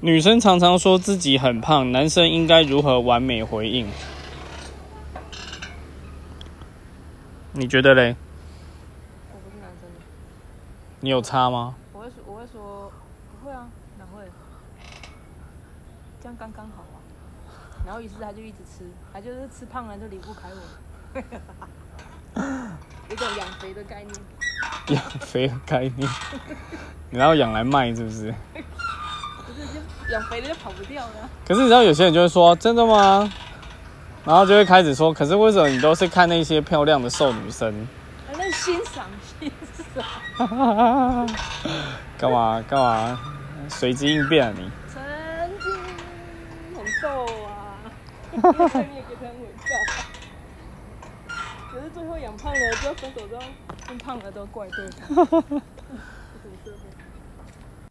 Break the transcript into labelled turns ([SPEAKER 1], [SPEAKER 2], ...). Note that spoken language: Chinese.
[SPEAKER 1] 女生常常说自己很胖，男生应该如何完美回应？你觉得嘞？
[SPEAKER 2] 我不是男生的，
[SPEAKER 1] 你有差吗？
[SPEAKER 2] 我会说我会说不会啊，哪会？这样刚刚好啊。然后于是他就一直吃，他就是吃胖了就离不开我，有种养肥的概念。
[SPEAKER 1] 养肥的概念，你要养来卖是不是？
[SPEAKER 2] 不是就养肥了就跑不掉了。
[SPEAKER 1] 可是你知道有些人就会说真的吗？然后就会开始说，可是为什么你都是看那些漂亮的瘦女生？
[SPEAKER 2] 反正欣赏欣赏，
[SPEAKER 1] 干嘛干嘛？随机应变啊你！
[SPEAKER 2] 曾经很瘦啊，外面给他很伟大。可是最后养胖了之后分手之后，变胖了都怪对方。这种社会